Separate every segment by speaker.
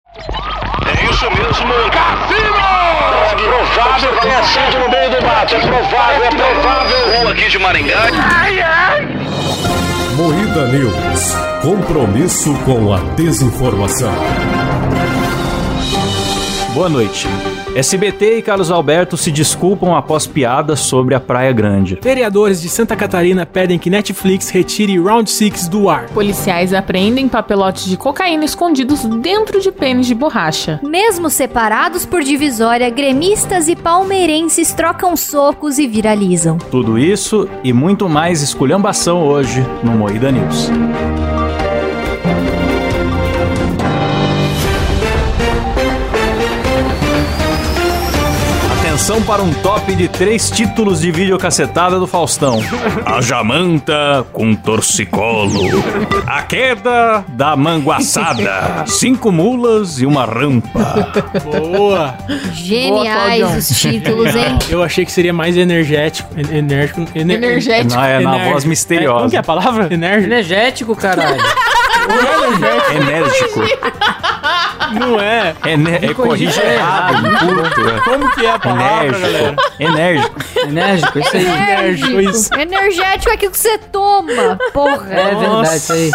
Speaker 1: É mesmo. Cassino! É provável que tenha sido no meio do mato. É provável, é provável. Gol aqui de Maringá. Ai, ai.
Speaker 2: Moída News. Compromisso com a desinformação.
Speaker 3: Boa noite. SBT e Carlos Alberto se desculpam após piadas sobre a Praia Grande.
Speaker 4: Vereadores de Santa Catarina pedem que Netflix retire Round 6 do ar.
Speaker 5: Policiais apreendem papelotes de cocaína escondidos dentro de pênis de borracha.
Speaker 6: Mesmo separados por divisória, gremistas e palmeirenses trocam socos e viralizam.
Speaker 3: Tudo isso e muito mais esculhambação hoje no Moída News. Atenção para um top de três títulos de videocacetada do Faustão.
Speaker 7: A Jamanta com torcicolo. A queda da manguaçada. Cinco mulas e uma rampa.
Speaker 4: Boa!
Speaker 6: Geniais
Speaker 5: Claudião.
Speaker 6: os títulos, hein?
Speaker 4: Eu achei que seria mais energético. en- Enérgico. ener-
Speaker 5: Energético.
Speaker 3: Não, é na voz
Speaker 4: ener- É, como que é
Speaker 3: misteriosa.
Speaker 4: a palavra? Enérgico.
Speaker 8: Energético, caralho.
Speaker 3: Enérgico.
Speaker 4: Não é.
Speaker 3: Ené- É corrige errado. puto.
Speaker 4: Como que é a palavra, galera?
Speaker 3: Enérgico. Enérgico.
Speaker 8: Enérgico, isso aí.
Speaker 4: Enérgico, isso.
Speaker 6: Enérgico. Energético é aquilo que você toma,
Speaker 8: É
Speaker 6: porra.
Speaker 8: verdade, isso aí.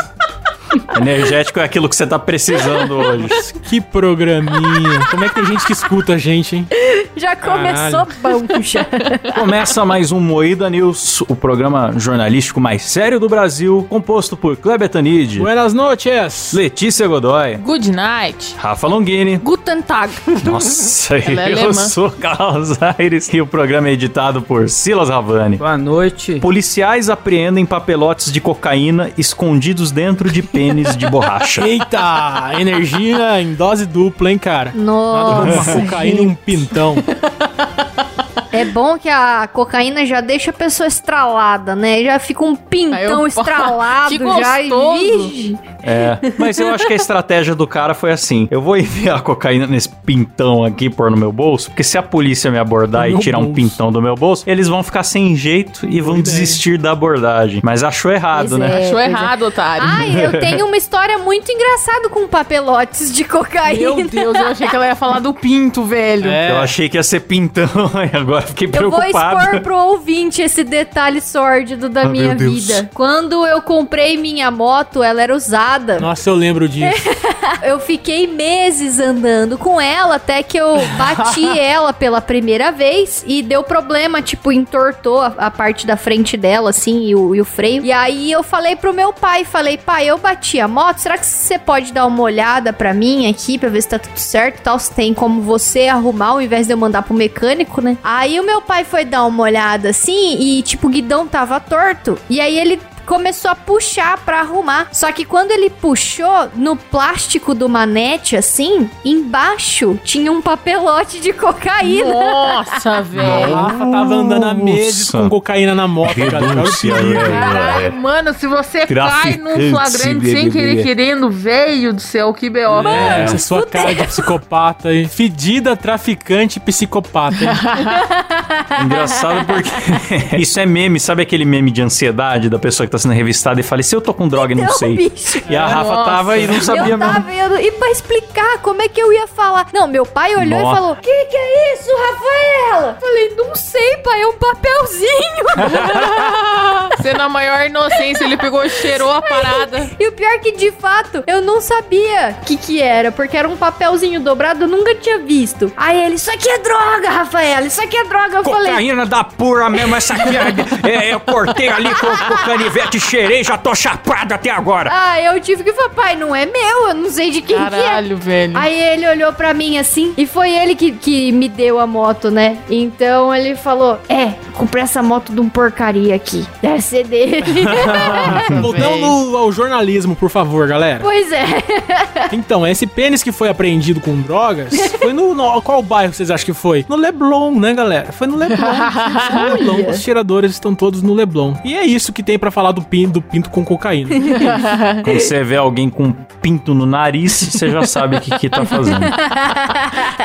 Speaker 3: Energético é aquilo que você tá precisando hoje.
Speaker 4: Que programinha. Como é que tem gente que escuta a gente, hein?
Speaker 6: Já começou bom, puxa.
Speaker 3: Começa mais um Moída News, o programa jornalístico mais sério do Brasil, composto por Kleber Tanid,
Speaker 4: Buenas noches.
Speaker 3: Letícia
Speaker 6: É,
Speaker 3: Godoy,
Speaker 5: Good night.
Speaker 3: Rafa Longini.
Speaker 6: Guten Tag.
Speaker 3: Nossa,
Speaker 5: é
Speaker 3: eu
Speaker 5: alemã.
Speaker 3: sou Carlos Aires e o programa é editado por Silas Ravani.
Speaker 8: Boa noite.
Speaker 3: Policiais apreendem papelotes de cocaína escondidos dentro de pênis de borracha.
Speaker 4: Eita, energia em dose dupla, hein, cara? Nada como
Speaker 6: Nossa.
Speaker 4: uma cocaína e um pintão.
Speaker 6: É bom que a cocaína já deixa a pessoa estralada, né? Já fica um
Speaker 5: Aí eu
Speaker 6: pintão
Speaker 5: falo,
Speaker 6: estralado
Speaker 5: que
Speaker 6: já. e-
Speaker 5: gostoso.
Speaker 6: Vixe.
Speaker 3: É, mas eu acho que a estratégia do cara foi assim: eu vou enviar a cocaína nesse pintão aqui, pôr no meu bolso, porque se a polícia me abordar
Speaker 4: No
Speaker 3: e
Speaker 4: meu
Speaker 3: tirar um
Speaker 4: bolso. é.
Speaker 3: pintão do meu bolso, eles vão ficar sem jeito e vão
Speaker 4: ideia.
Speaker 3: desistir da abordagem. Mas achou errado,
Speaker 6: Pois
Speaker 3: né?
Speaker 6: é,
Speaker 5: Achou
Speaker 6: pois é.
Speaker 5: errado, otário.
Speaker 6: Ai, eu tenho uma história muito engraçada com papelotes de cocaína.
Speaker 5: Meu Deus, eu achei que ela ia falar do pinto, velho.
Speaker 4: É.
Speaker 3: Eu achei que ia ser pintão, e agora fiquei
Speaker 6: Eu vou
Speaker 3: preocupado.
Speaker 6: expor pro ouvinte esse detalhe sórdido da
Speaker 3: Ah,
Speaker 6: minha
Speaker 3: meu Deus.
Speaker 6: vida. Quando eu comprei minha moto, ela era usada.
Speaker 4: Nossa, eu lembro disso.
Speaker 6: Eu fiquei meses andando com ela até que eu bati ela pela primeira vez e deu problema, tipo, entortou a, a parte da frente dela, assim, e o, e o freio. E aí eu falei pro meu pai, falei, pai, eu bati a moto, será que você pode dar uma olhada pra mim aqui, pra ver se tá tudo certo e tal, se tem como você arrumar ao invés de eu mandar pro mecânico, né? Aí o meu pai foi dar uma olhada assim e, tipo, o guidão tava torto. E aí ele começou a puxar pra arrumar. Só que quando ele puxou no plástico do manete assim, embaixo tinha um papelote de cocaína.
Speaker 5: Nossa,
Speaker 4: É.
Speaker 5: velho.
Speaker 4: Rafa tava andando há meses
Speaker 3: Nossa. né?
Speaker 4: com cocaína na moto, cara.
Speaker 3: Denúncia,
Speaker 4: Olha o perigo.
Speaker 3: velho.
Speaker 5: Caralho, mano, se você cai
Speaker 3: Traficante,
Speaker 5: num flagrante sem querer
Speaker 3: bebê.
Speaker 5: querendo, velho do céu, que B.O.
Speaker 6: É.
Speaker 4: Essa É, sua cara de psicopata aí. Fedida, traficante, psicopata. hein?
Speaker 3: Engraçado porque isso é meme, sabe aquele meme de ansiedade da pessoa que tá sendo revistada e fala: e se eu tô com droga e não
Speaker 6: Então,
Speaker 3: sei?
Speaker 6: bicho.
Speaker 3: E a Rafa
Speaker 5: Nossa.
Speaker 3: tava e não sabia
Speaker 6: eu
Speaker 3: mesmo.
Speaker 6: tava vendo. E pra explicar como é que eu ia falar? Não, meu pai olhou
Speaker 3: Nossa.
Speaker 6: e falou: Que que é isso, Rafaela? Falei: Não sei, pai, é um papelzinho.
Speaker 5: Você na maior inocência, ele pegou, cheirou a parada.
Speaker 6: e o pior é que, de fato, eu não sabia o que que era, porque era um papelzinho dobrado, eu nunca tinha visto. Aí ele: Isso aqui é droga, Rafaela, isso aqui é droga. Eu falei:
Speaker 3: Cocaína da pura mesmo, essa aqui é, é, eu cortei ali com, com canivete, cheirei, já tô chapado até agora.
Speaker 6: Ah, eu tive que falar, pai, não é meu, eu não sei de quem que é.
Speaker 5: Caralho, velho.
Speaker 6: Aí ele olhou pra mim assim, e foi ele que, que me deu a moto, né? Então ele falou: É, comprei essa moto de um porcaria aqui. Deve ser dele.
Speaker 4: Voltando ao jornalismo, por favor, galera.
Speaker 6: pois é.
Speaker 4: Então, esse pênis que foi apreendido com drogas foi no, no- Qual bairro vocês acham que foi? No Leblon, né, galera? Foi no Leblon. Foi no Leblon. Os tiradores estão todos no Leblon. E é isso que tem pra falar do do pinto, do pinto com cocaína.
Speaker 3: Quando você vê alguém com um pinto no nariz, você já sabe o que, que tá fazendo.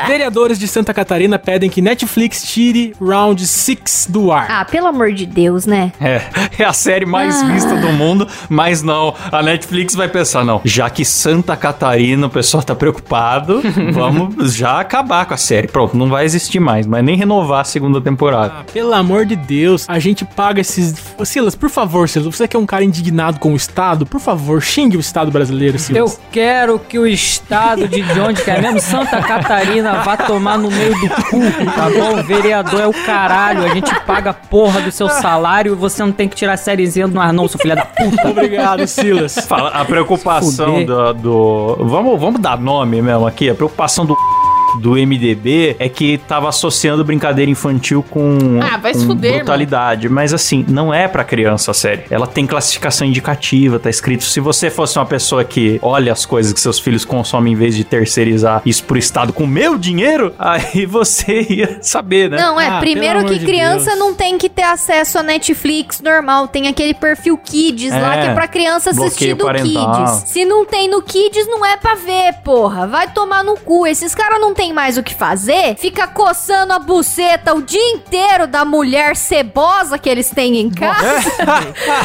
Speaker 4: Vereadores de Santa Catarina pedem que Netflix tire Round 6 do ar.
Speaker 6: Ah, pelo amor de Deus, né?
Speaker 3: É, é a série
Speaker 6: Ah.
Speaker 3: mais vista do mundo, mas não. A Netflix vai pensar, não. Já que Santa Catarina, o pessoal tá preocupado, vamos já acabar com a série. Pronto, não vai existir mais, mas nem renovar a segunda temporada.
Speaker 4: Ah, Pelo amor de Deus, a gente paga esses. Ô, Silas, por favor, Silas, você que é um cara indignado com o Estado, por favor, xingue o Estado brasileiro,
Speaker 8: Eu
Speaker 4: Silas.
Speaker 8: quero que o estado de de onde quer mesmo, Santa Catarina, vá tomar no meio do cu, tá bom? O vereador é o caralho, a gente paga a porra do seu salário e você não tem que tirar sériezinha do ar não, seu filho da puta.
Speaker 4: Obrigado, Silas.
Speaker 3: Fala, a preocupação
Speaker 8: Fuder.
Speaker 3: do. do- vamos, vamos dar nome mesmo aqui. A preocupação do. Do MDB é que tava associando brincadeira infantil com,
Speaker 5: Ah, vai se
Speaker 3: com
Speaker 5: fuder, mano.
Speaker 3: brutalidade. Mas assim, não é pra criança a série. Ela tem classificação indicativa, tá escrito. Se você fosse uma pessoa que olha as coisas que seus filhos consomem em vez de terceirizar isso pro Estado com meu dinheiro, aí você ia saber, né?
Speaker 6: Não, é.
Speaker 4: Ah,
Speaker 6: primeiro
Speaker 4: pelo amor
Speaker 6: que
Speaker 4: de
Speaker 6: criança
Speaker 4: Deus.
Speaker 6: não tem que ter acesso a Netflix normal. Tem aquele perfil Kids lá
Speaker 3: É,
Speaker 6: que é pra criança
Speaker 3: bloqueio
Speaker 6: assistir do
Speaker 3: parental.
Speaker 6: Kids. Se não tem no Kids, não é pra ver, porra. Vai tomar no cu. Esses caras não tem mais o que fazer. Fica coçando a buceta o dia inteiro da mulher cebosa que eles têm em casa.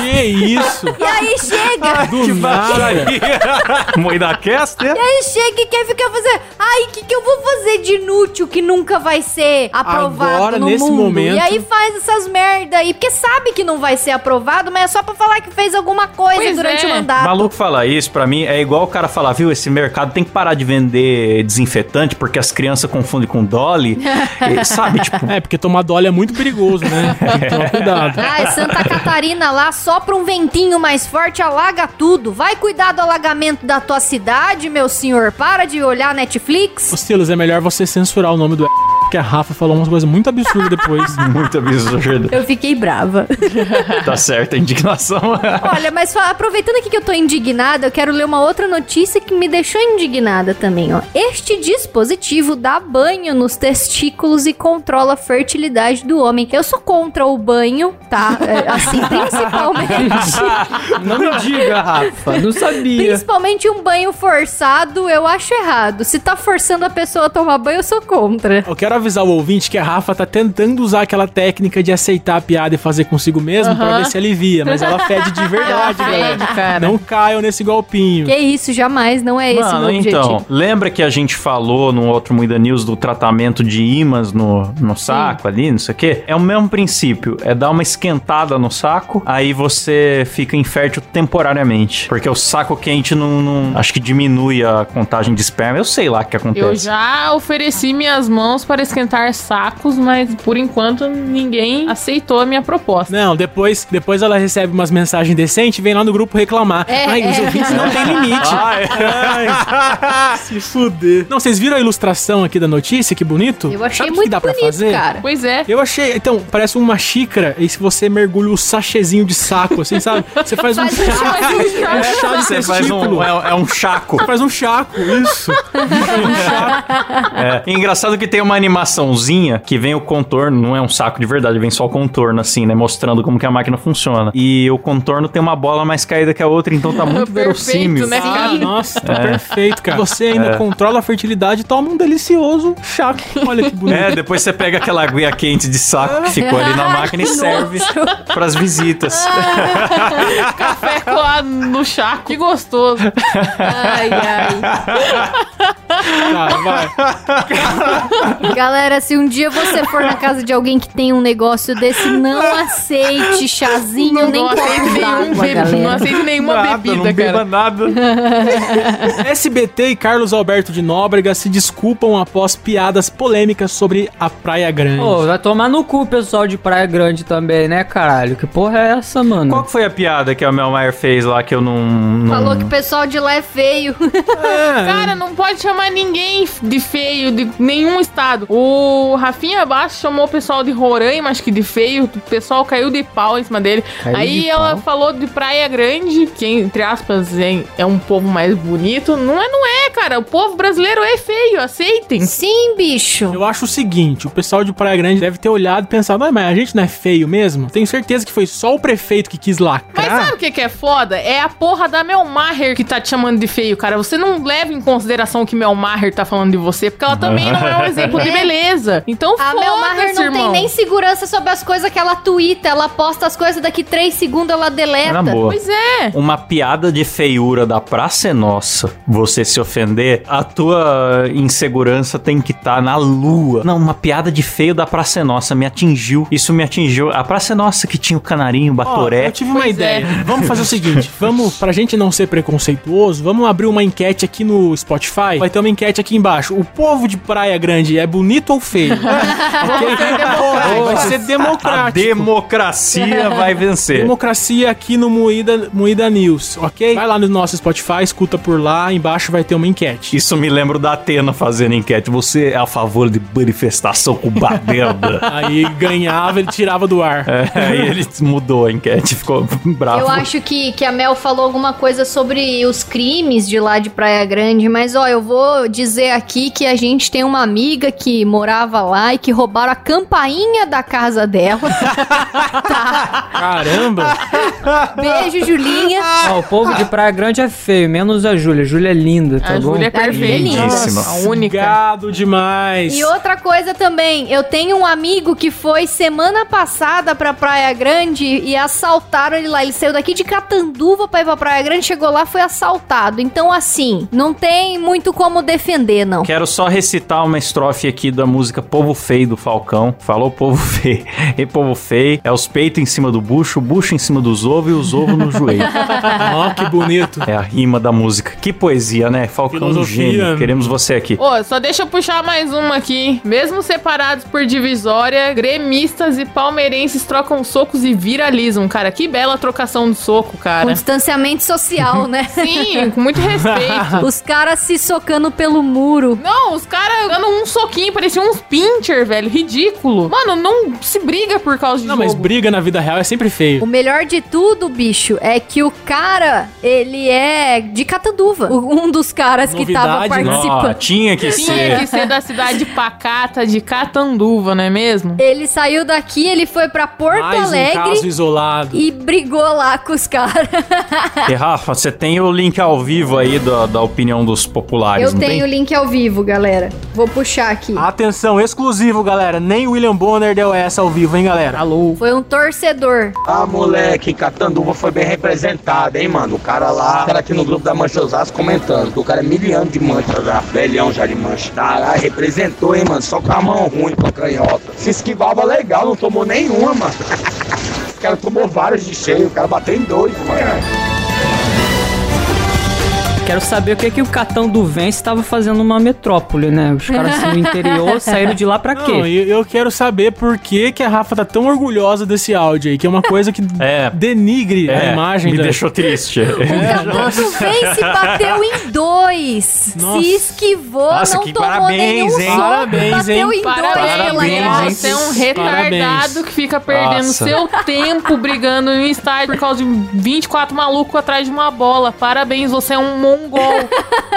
Speaker 4: que isso?
Speaker 6: E aí chega.
Speaker 4: Do nada.
Speaker 3: Moída né? Caster?
Speaker 6: E aí chega e quer ficar fazendo. Ai, o que, que eu vou fazer de inútil que nunca vai ser aprovado
Speaker 4: Agora,
Speaker 6: no
Speaker 4: nesse
Speaker 6: mundo?
Speaker 4: momento-
Speaker 6: E aí faz essas merda aí, porque sabe que não vai ser aprovado, mas é só pra falar que fez alguma coisa
Speaker 5: Pois
Speaker 6: durante
Speaker 5: é.
Speaker 6: o mandato.
Speaker 3: Maluco falar isso, pra mim, é igual o cara falar, viu, esse mercado tem que parar de vender desinfetante porque as crianças confundem com Dolly. E, sabe, tipo,
Speaker 4: É, porque tomar dole é muito perigoso, né? Então, cuidado.
Speaker 6: Ai, Santa Catarina lá, só pra um ventinho mais forte, alaga tudo. Vai cuidar do alagamento da tua cidade, meu senhor. Para de olhar Netflix.
Speaker 4: Ô, Silas, é melhor você censurar o nome do porque a Rafa falou umas coisas muito absurdas depois.
Speaker 3: muito absurdo.
Speaker 6: Eu fiquei brava.
Speaker 3: Tá certo a indignação.
Speaker 6: Olha, mas fa- aproveitando aqui que eu tô indignada, eu quero ler uma outra notícia que me deixou indignada também, ó. Este dispositivo dá banho nos testículos e controla a fertilidade do homem. Eu sou contra o banho, tá? É, assim, principalmente.
Speaker 8: Não me diga, Rafa, não sabia.
Speaker 6: principalmente um banho forçado, eu acho errado. Se tá forçando a pessoa a tomar banho, eu sou contra.
Speaker 4: Eu quero avisar o ouvinte que a Rafa tá tentando usar aquela técnica de aceitar a piada e fazer consigo mesmo pra
Speaker 5: Aham.
Speaker 4: ver se alivia, mas ela fede de verdade,
Speaker 5: Ela
Speaker 4: galera.
Speaker 5: fede, cara.
Speaker 4: Não caiam nesse golpinho.
Speaker 6: Que isso, jamais, não é esse
Speaker 3: Mano,
Speaker 6: meu objetivo.
Speaker 3: então, lembra que a gente falou no outro Muida News do tratamento de ímãs no, no saco ali, não sei o quê? É o mesmo princípio, é dar uma esquentada no saco, aí você fica infértil temporariamente, porque o saco quente não, não- acho que diminui a contagem de esperma, eu sei lá o que acontece.
Speaker 5: Eu já ofereci minhas mãos para esquentar sacos, mas por enquanto ninguém aceitou a minha proposta.
Speaker 4: Não, depois, depois ela recebe umas mensagens decentes e vem lá no grupo reclamar.
Speaker 6: É,
Speaker 4: Ai, os
Speaker 6: é.
Speaker 4: ouvintes não tem limite.
Speaker 3: Ah.
Speaker 4: Ai, se fuder. Não, vocês viram a ilustração aqui da notícia? Que bonito.
Speaker 6: Eu achei
Speaker 4: Sabe o que
Speaker 6: muito
Speaker 4: dá pra
Speaker 6: bonito,
Speaker 4: fazer?
Speaker 6: cara.
Speaker 5: Pois é.
Speaker 4: Eu achei, então, parece uma xícara e se você mergulha o sachezinho de saco, assim, sabe? Você faz um
Speaker 6: Faz um
Speaker 4: chá,
Speaker 5: chá.
Speaker 4: um chá de
Speaker 3: Você faz
Speaker 4: testículo.
Speaker 6: tipo.
Speaker 3: um, é, é um chaco.
Speaker 4: Faz um chaco, isso.
Speaker 3: É. E Engraçado que tem uma animaçãozinha que vem o contorno, não é um saco de verdade, vem só o contorno, assim, né? Mostrando como que a máquina funciona. E o contorno tem uma bola mais caída que a outra, então tá muito
Speaker 5: Perfeito,
Speaker 3: verossímil.
Speaker 5: né?
Speaker 4: Ah,
Speaker 5: Sim.
Speaker 4: nossa,
Speaker 3: É.
Speaker 4: tá perfeito, cara. Você ainda controla a fertilidade e toma um delicioso chaco. Olha que bonito.
Speaker 3: É, depois você pega aquela aguinha quente de saco que ficou ali na máquina e serve pras visitas.
Speaker 5: Ah, Café colado no chá, que gostoso.
Speaker 6: Ai, ai.
Speaker 4: Tá, vai.
Speaker 6: Galera, se um dia você for na casa de alguém que tem um negócio desse, não aceite chazinho nem
Speaker 5: não aceito
Speaker 6: copo
Speaker 5: nenhum
Speaker 6: d'água,
Speaker 5: be- não
Speaker 6: galera.
Speaker 5: aceito nenhuma
Speaker 3: Nada,
Speaker 5: bebida,
Speaker 3: não beba
Speaker 5: cara.
Speaker 3: nada.
Speaker 4: SBT e Carlos Alberto de Nóbrega se desculpam após piadas polêmicas sobre a Praia Grande.
Speaker 8: Pô, vai tomar no cu o pessoal de Praia Grande também, né, caralho? Que porra é essa, mano?
Speaker 3: Qual que foi a piada que a Mel Maier fez lá que eu não... não-
Speaker 6: Falou que o pessoal de lá é feio.
Speaker 5: Cara, não pode chamar ninguém de feio, de nenhum estado. O Rafinha Baixo chamou o pessoal de Roraima, acho que de feio. O pessoal caiu de pau em cima dele.
Speaker 8: Caiu
Speaker 5: Aí
Speaker 8: de
Speaker 5: ela
Speaker 8: pau?
Speaker 5: falou de Praia Grande, que entre aspas é- é um povo mais bonito. Não é, não é, cara. O povo brasileiro é feio, aceitem.
Speaker 6: Sim, bicho.
Speaker 4: Eu acho o seguinte, o pessoal de Praia Grande deve ter olhado e pensado, "Ah, mas a gente não é feio mesmo? Tenho certeza que foi só o prefeito que quis
Speaker 5: Mas
Speaker 4: lacrar.
Speaker 5: sabe o que, que é foda? É a porra da Mel Maher que tá te chamando de feio, cara. Você não leva em consideração o que Mel Maher tá falando de você, porque ela também não é um exemplo de
Speaker 6: É.
Speaker 5: beleza. Então
Speaker 6: A Mel Maher
Speaker 5: foda-se,
Speaker 6: Ah, não
Speaker 5: irmão.
Speaker 6: tem nem segurança sobre as coisas que ela tuita. Ela posta as coisas, daqui três segundos ela deleta.
Speaker 3: Na boa.
Speaker 5: Pois é.
Speaker 3: Uma piada de feiura da praça é nossa. Você se ofender, a tua insegurança tem que estar na lua. Não, uma piada de feio da praça é nossa me atingiu. Isso me atingiu. A praça é nossa que tinha o canarinho, o
Speaker 4: Ó,
Speaker 3: batoré.
Speaker 4: eu tive uma
Speaker 5: Pois
Speaker 4: ideia.
Speaker 5: é.
Speaker 4: Vamos fazer o seguinte, vamos, pra gente não ser preconceituoso, vamos abrir uma enquete aqui no Spotify. Vai ter uma enquete aqui embaixo. O povo de Praia Grande é bonito ou feio? Ok? Porra, Vai ser
Speaker 3: a
Speaker 4: democrático.
Speaker 3: democracia vai vencer.
Speaker 4: é Democracia aqui no Moída, Moída News, ok? Vai lá no nosso Spotify, escuta por lá, embaixo vai ter uma enquete.
Speaker 3: Isso me lembra da Atena fazendo enquete. Você é a favor de manifestação com baderda?
Speaker 4: Aí ganhava, ele tirava do ar.
Speaker 3: é, aí ele mudou a enquete, ficou Um bravo.
Speaker 6: Eu acho que, que a Mel falou alguma coisa sobre os crimes de lá de Praia Grande, mas ó, eu vou dizer aqui que a gente tem uma amiga que morava lá e que roubaram a campainha da casa dela.
Speaker 4: Caramba!
Speaker 6: Beijo, Julinha.
Speaker 8: Ó, o povo de Praia Grande é feio, menos a Júlia. Júlia é linda,
Speaker 5: a
Speaker 8: tá bom?
Speaker 5: Júlia é perfeita.
Speaker 3: Lindíssima.
Speaker 5: A única.
Speaker 4: Gado demais!
Speaker 6: E outra coisa também, eu tenho um amigo que foi semana passada pra Praia Grande e assaltaram ele lá. Ele saiu daqui de Catanduva pra ir pra Praia Grande, chegou lá, foi assaltado. Então, assim, não tem muito como defender, não.
Speaker 3: Quero só recitar uma estrofe aqui da música Povo Feio do Falcão. Falou povo feio. E povo feio é os peitos em cima do bucho, o bucho em cima dos ovos e os ovos no joelho.
Speaker 4: Ó, que bonito!
Speaker 3: É a rima da música. Que poesia, né? Falcão um
Speaker 4: Filosofia.
Speaker 3: gênio. Queremos você aqui.
Speaker 5: Ô, só deixa eu puxar mais uma aqui. Mesmo separados por divisória, gremistas e palmeirenses trocam socos e viralizam, cara. Que bela trocação de soco,
Speaker 6: Com
Speaker 5: cara.
Speaker 6: distanciamento social, né?
Speaker 5: Sim, com muito respeito.
Speaker 6: Os caras se socando pelo muro.
Speaker 5: Não, os caras dando um soquinho, parecia uns pincher, velho. Ridículo. Mano, não se briga por causa de
Speaker 4: Não,
Speaker 5: jogo.
Speaker 4: mas briga na vida real é sempre feio.
Speaker 6: O melhor de tudo, bicho, é que o cara, ele é de Catanduva. O- Um dos caras que tava
Speaker 4: Novidade, né?
Speaker 3: Ó,
Speaker 6: participando.
Speaker 3: tinha que
Speaker 5: Tinha
Speaker 3: ser.
Speaker 5: que ser da cidade pacata de Catanduva, não é mesmo?
Speaker 6: Ele saiu daqui, ele foi pra Porto
Speaker 4: Mais
Speaker 6: Alegre.
Speaker 4: um caso isolado.
Speaker 6: E brigou lá com os caras.
Speaker 3: E Rafa, você tem o link ao vivo aí da, da opinião dos populares,
Speaker 6: Eu
Speaker 3: não
Speaker 6: tenho o
Speaker 3: tem?
Speaker 6: link ao vivo, galera. Vou puxar aqui.
Speaker 4: Atenção, exclusivo, galera. Nem William Bonner deu essa ao vivo, hein, galera? Alô.
Speaker 6: Foi um torcedor.
Speaker 1: Ah, moleque, Catanduva foi bem representada, hein, mano? O cara lá, o cara aqui no grupo da Mancha Osasco comentando que o cara é miliano de mancha já, velhão já de mancha. Caralho, representou, hein, mano? Só com a mão ruim pra canhota. Se esquivava legal, não tomou nenhuma, mano. Esse cara tomou vários de cheio, o cara bateu em dois, mano.
Speaker 8: Quero saber o que, que o Catão do Vence estava fazendo numa metrópole, né? Os caras assim, no interior saíram de lá pra quê?
Speaker 4: Não, eu, eu quero saber por que, que a Rafa tá tão orgulhosa desse áudio aí, que é uma coisa que
Speaker 3: É.
Speaker 4: denigre
Speaker 3: É,
Speaker 4: a imagem
Speaker 3: me
Speaker 4: da...
Speaker 3: deixou triste.
Speaker 6: O Catanduva vem se bateu em dois.
Speaker 4: Nossa.
Speaker 6: Se esquivou,
Speaker 3: Nossa,
Speaker 6: não
Speaker 3: que
Speaker 6: tomou
Speaker 3: parabéns,
Speaker 6: nenhum
Speaker 3: hein?
Speaker 6: soco,
Speaker 4: Parabéns,
Speaker 6: bateu
Speaker 4: hein?
Speaker 6: em dois pela
Speaker 5: Parabéns,
Speaker 3: hein?
Speaker 6: cara.
Speaker 5: Você é um retardado
Speaker 4: Parabéns.
Speaker 5: que fica perdendo
Speaker 3: Nossa.
Speaker 5: seu tempo brigando em um estádio por causa de 24 malucos atrás de uma bola. Parabéns, você é um mongol.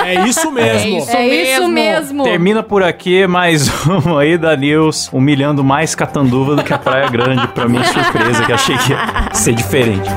Speaker 4: É isso mesmo.
Speaker 5: É isso.
Speaker 6: É isso
Speaker 5: mesmo.
Speaker 6: mesmo.
Speaker 3: Termina por aqui mais um aí da News, humilhando mais Catanduva do que a Praia Grande, pra minha surpresa, que achei que ia ser diferente.